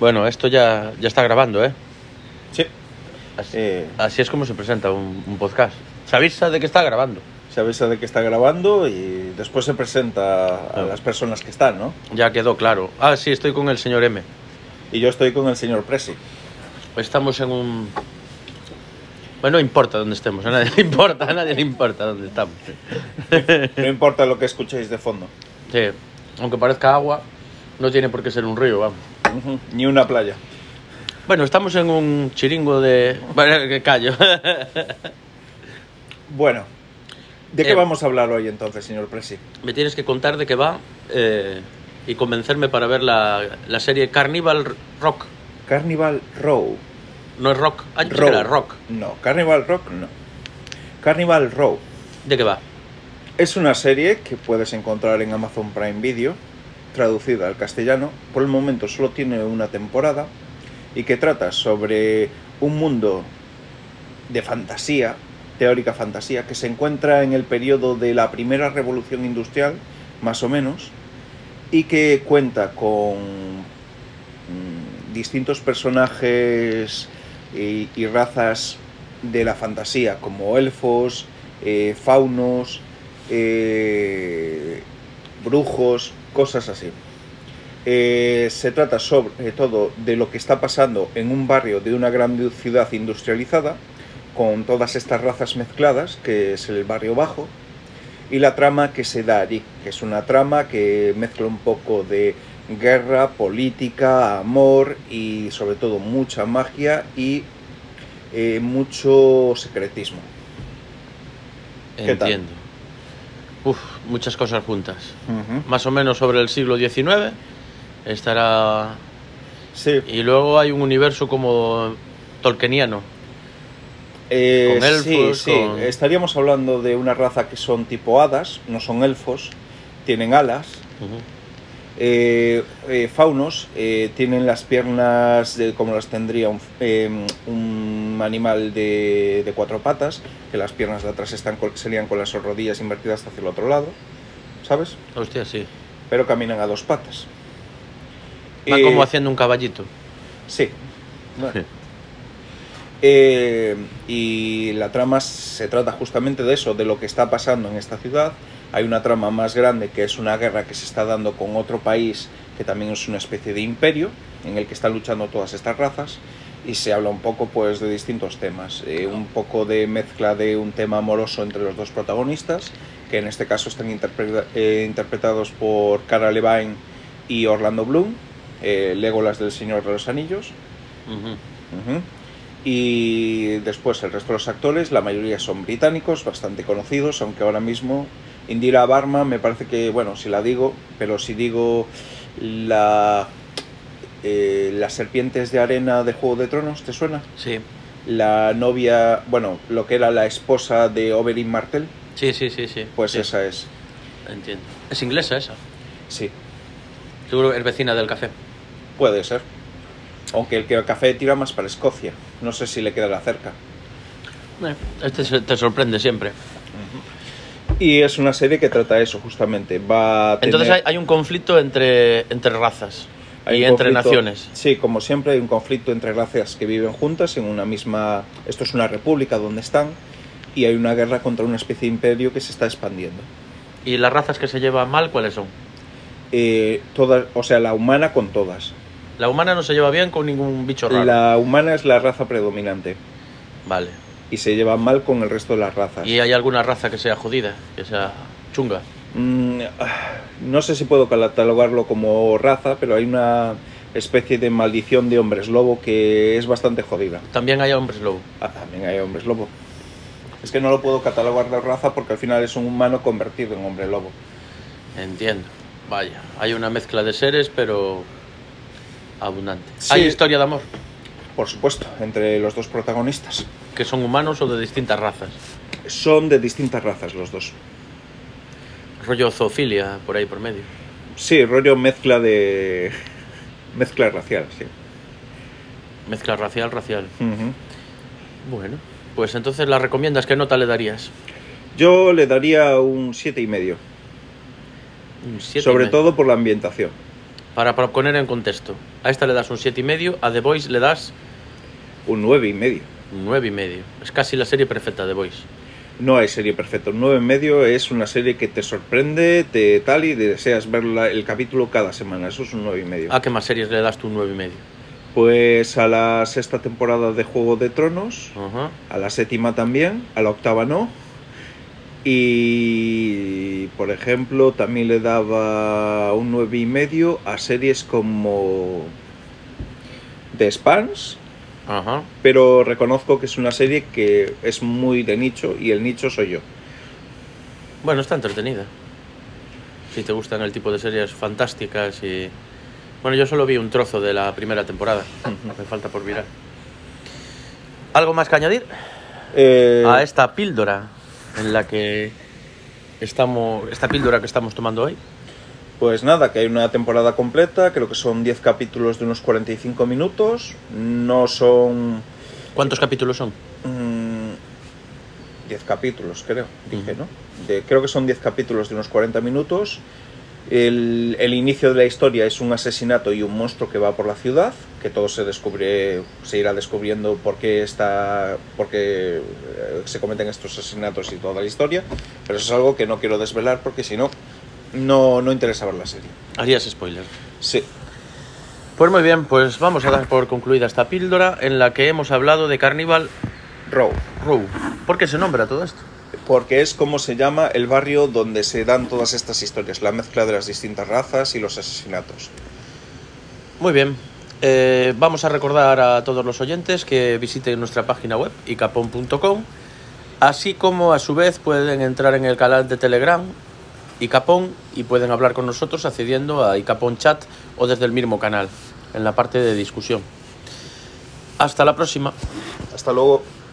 Bueno, esto ya, ya está grabando, ¿eh? Sí. Así, Eh. así es como se presenta un, un podcast. Se avisa de que está grabando. Se avisa de que está grabando y después se presenta a Ah. las personas que están, ¿no? Ya quedó claro. Ah, sí, estoy con el señor M. Y yo estoy con el señor Presi. Estamos en un... Bueno, no importa dónde estemos, a nadie le importa, a nadie le importa dónde estamos. No importa lo que escuchéis de fondo. Sí, aunque parezca agua, no tiene por qué ser un río, vamos. Ujú. Ni una playa. Bueno, estamos en un chiringo de... Bueno, que callo. Bueno, ¿de qué Eh. vamos a hablar hoy entonces, señor Presi? Me tienes que contar de qué va eh, y convencerme para ver la, la serie Carnival Rock. Carnival Row. No es rock, antes era rock. No, Carnival Rock no. Carnival Row. ¿De qué va? Es una serie que puedes encontrar en Amazon Prime Video, traducida al castellano. Por el momento solo tiene una temporada y que trata sobre un mundo de fantasía, teórica fantasía, que se encuentra en el periodo de la primera revolución industrial, más o menos, y que cuenta con mm, distintos personajes y, y razas de la fantasía, como elfos, eh, faunos, eh, brujos, cosas así. Eh, se trata sobre todo de lo que está pasando en un barrio de una gran ciudad industrializada, con todas estas razas mezcladas, que es el barrio bajo, y la trama que se da allí, que es una trama que mezcla un poco de guerra, política, amor y sobre todo mucha magia y eh, mucho secretismo. ¿Qué tal? Entiendo. Uf, muchas cosas juntas. Más o menos sobre el siglo XIX estará... Sí, Y luego hay un universo como tolkieniano. Eh, Con elfos, sí, sí. con- Estaríamos hablando de una raza que son tipo hadas, no son elfos, tienen alas, Ujú. eh, eh, faunos, eh, tienen las piernas de- como las tendría un, eh, un animal de, de cuatro patas, que las piernas de atrás están col- serían con las rodillas invertidas hacia el otro lado, ¿sabes? Hostia, sí. Pero caminan a dos patas. Va Eh, como haciendo un caballito. Sí. Bueno. Eh, y la trama se trata justamente de eso, de lo que está pasando en esta ciudad. Hay una trama más grande que es una guerra que se está dando con otro país que también es una especie de imperio en el que están luchando todas estas razas y se habla un poco pues de distintos temas, Eh, un poco de mezcla de un tema amoroso entre los dos protagonistas que en este caso están interpreta- eh, interpretados por Cara Levine y Orlando Bloom, eh, Legolas del Señor de los Anillos. Ujú. Ujú. Y después el resto de los actores, la mayoría son británicos, bastante conocidos, aunque ahora mismo Indira Barma me parece que, bueno, si la digo, pero si digo la... eh, las serpientes de arena de Juego de Tronos, ¿te suena? Sí, La novia, bueno, lo que era la esposa de Oberyn Martell, sí, sí, sí. sí. pues Sí, esa es, Entiendo. Es inglesa esa. sí, Seguro que es vecina del café. puede ser. Aunque el que el café tira más para Escocia, no sé si le quedará cerca. Eh, Este se- te sorprende siempre. Eh, Y es una serie que trata eso, justamente. Va a Entonces hay, tener- hay un conflicto entre, entre razas hay y un entre conflicto- naciones. Sí, como siempre hay un conflicto entre razas que viven juntas en una misma... Esto es una república donde están y hay una guerra contra una especie de imperio que se está expandiendo. ¿Y las razas que se llevan mal cuáles son? Eh, todas, o sea, la humana con todas. La humana no se lleva bien con ningún bicho raro. La humana es la raza predominante Vale. y se lleva mal con el resto de las razas. ¿Y hay alguna raza que sea jodida, que sea chunga? Mm, ah, no sé si puedo catalogarlo como raza, pero hay una especie de maldición de hombres lobo que es bastante jodida. También hay hombres lobo. Ah, también hay hombres lobo. Es que no lo puedo catalogar de raza porque al final es un humano convertido en hombre lobo. Entiendo. Vaya, hay una mezcla de seres, pero abundante. Sí. Hay historia de amor, Por supuesto, entre los dos protagonistas. que son humanos o de distintas razas. Son de distintas razas los dos. Rollo zoofilia por ahí por medio. Sí, rollo mezcla de... mezcla racial, sí. Mezcla racial, racial. Ujú. Bueno, pues entonces la recomiendas, ¿qué nota le darías? Yo le daría un siete y medio, Un siete y sobre medio. todo por la ambientación. Para, para poner en contexto, a esta le das un 7,5, a The Voice le das Un 9 y medio. un 9,5. Es casi la serie perfecta, The Voice. No hay serie perfecta. Un 9 y medio es una serie que te sorprende, te tal y deseas ver la- el capítulo cada semana. Eso es un 9 y medio. ¿A qué Ah, más series le das tú un 9,5? Pues a la sexta temporada de Juego de Tronos, Ajá. a la séptima también, a la octava no. Y por ejemplo, también le daba un nueve y medio a series como The Spans, Ajá. pero reconozco que es una serie que es muy de nicho y el nicho soy yo. Bueno, está entretenida. Si te gustan el tipo de series fantásticas y... Bueno, yo solo vi un trozo de la primera temporada. Me falta por mirar. ¿Algo más que añadir? Eh, a esta píldora en la que estamos, esta píldora que estamos tomando hoy. Pues nada, que hay una temporada completa, creo que son 10 capítulos de unos 45 minutos, no son ¿Cuántos capítulos son? Mm, 10 capítulos, creo, dije, Ujú. ¿no? De- creo que son 10 capítulos de unos 40 minutos. El, el inicio de la historia es un asesinato y un monstruo que va por la ciudad, que todo se descubre, se irá descubriendo por qué está, por qué eh, se cometen estos asesinatos y toda la historia, pero eso es algo que no quiero desvelar porque si no, no, no interesa ver la serie. Harías spoiler. Sí, Pues muy bien, pues vamos a dar por concluida esta píldora en la que hemos hablado de Carnival Row, Row. ¿Por qué se nombra todo esto? porque es como se llama el barrio donde se dan todas estas historias, la mezcla de las distintas razas y los asesinatos. Muy bien. eh, vamos a recordar a todos los oyentes que visiten nuestra página web icapón.com, así como a su vez pueden entrar en el canal de Telegram icapón y pueden hablar con nosotros accediendo a icapón chat o desde el mismo canal en la parte de discusión. Hasta la próxima. Hasta luego.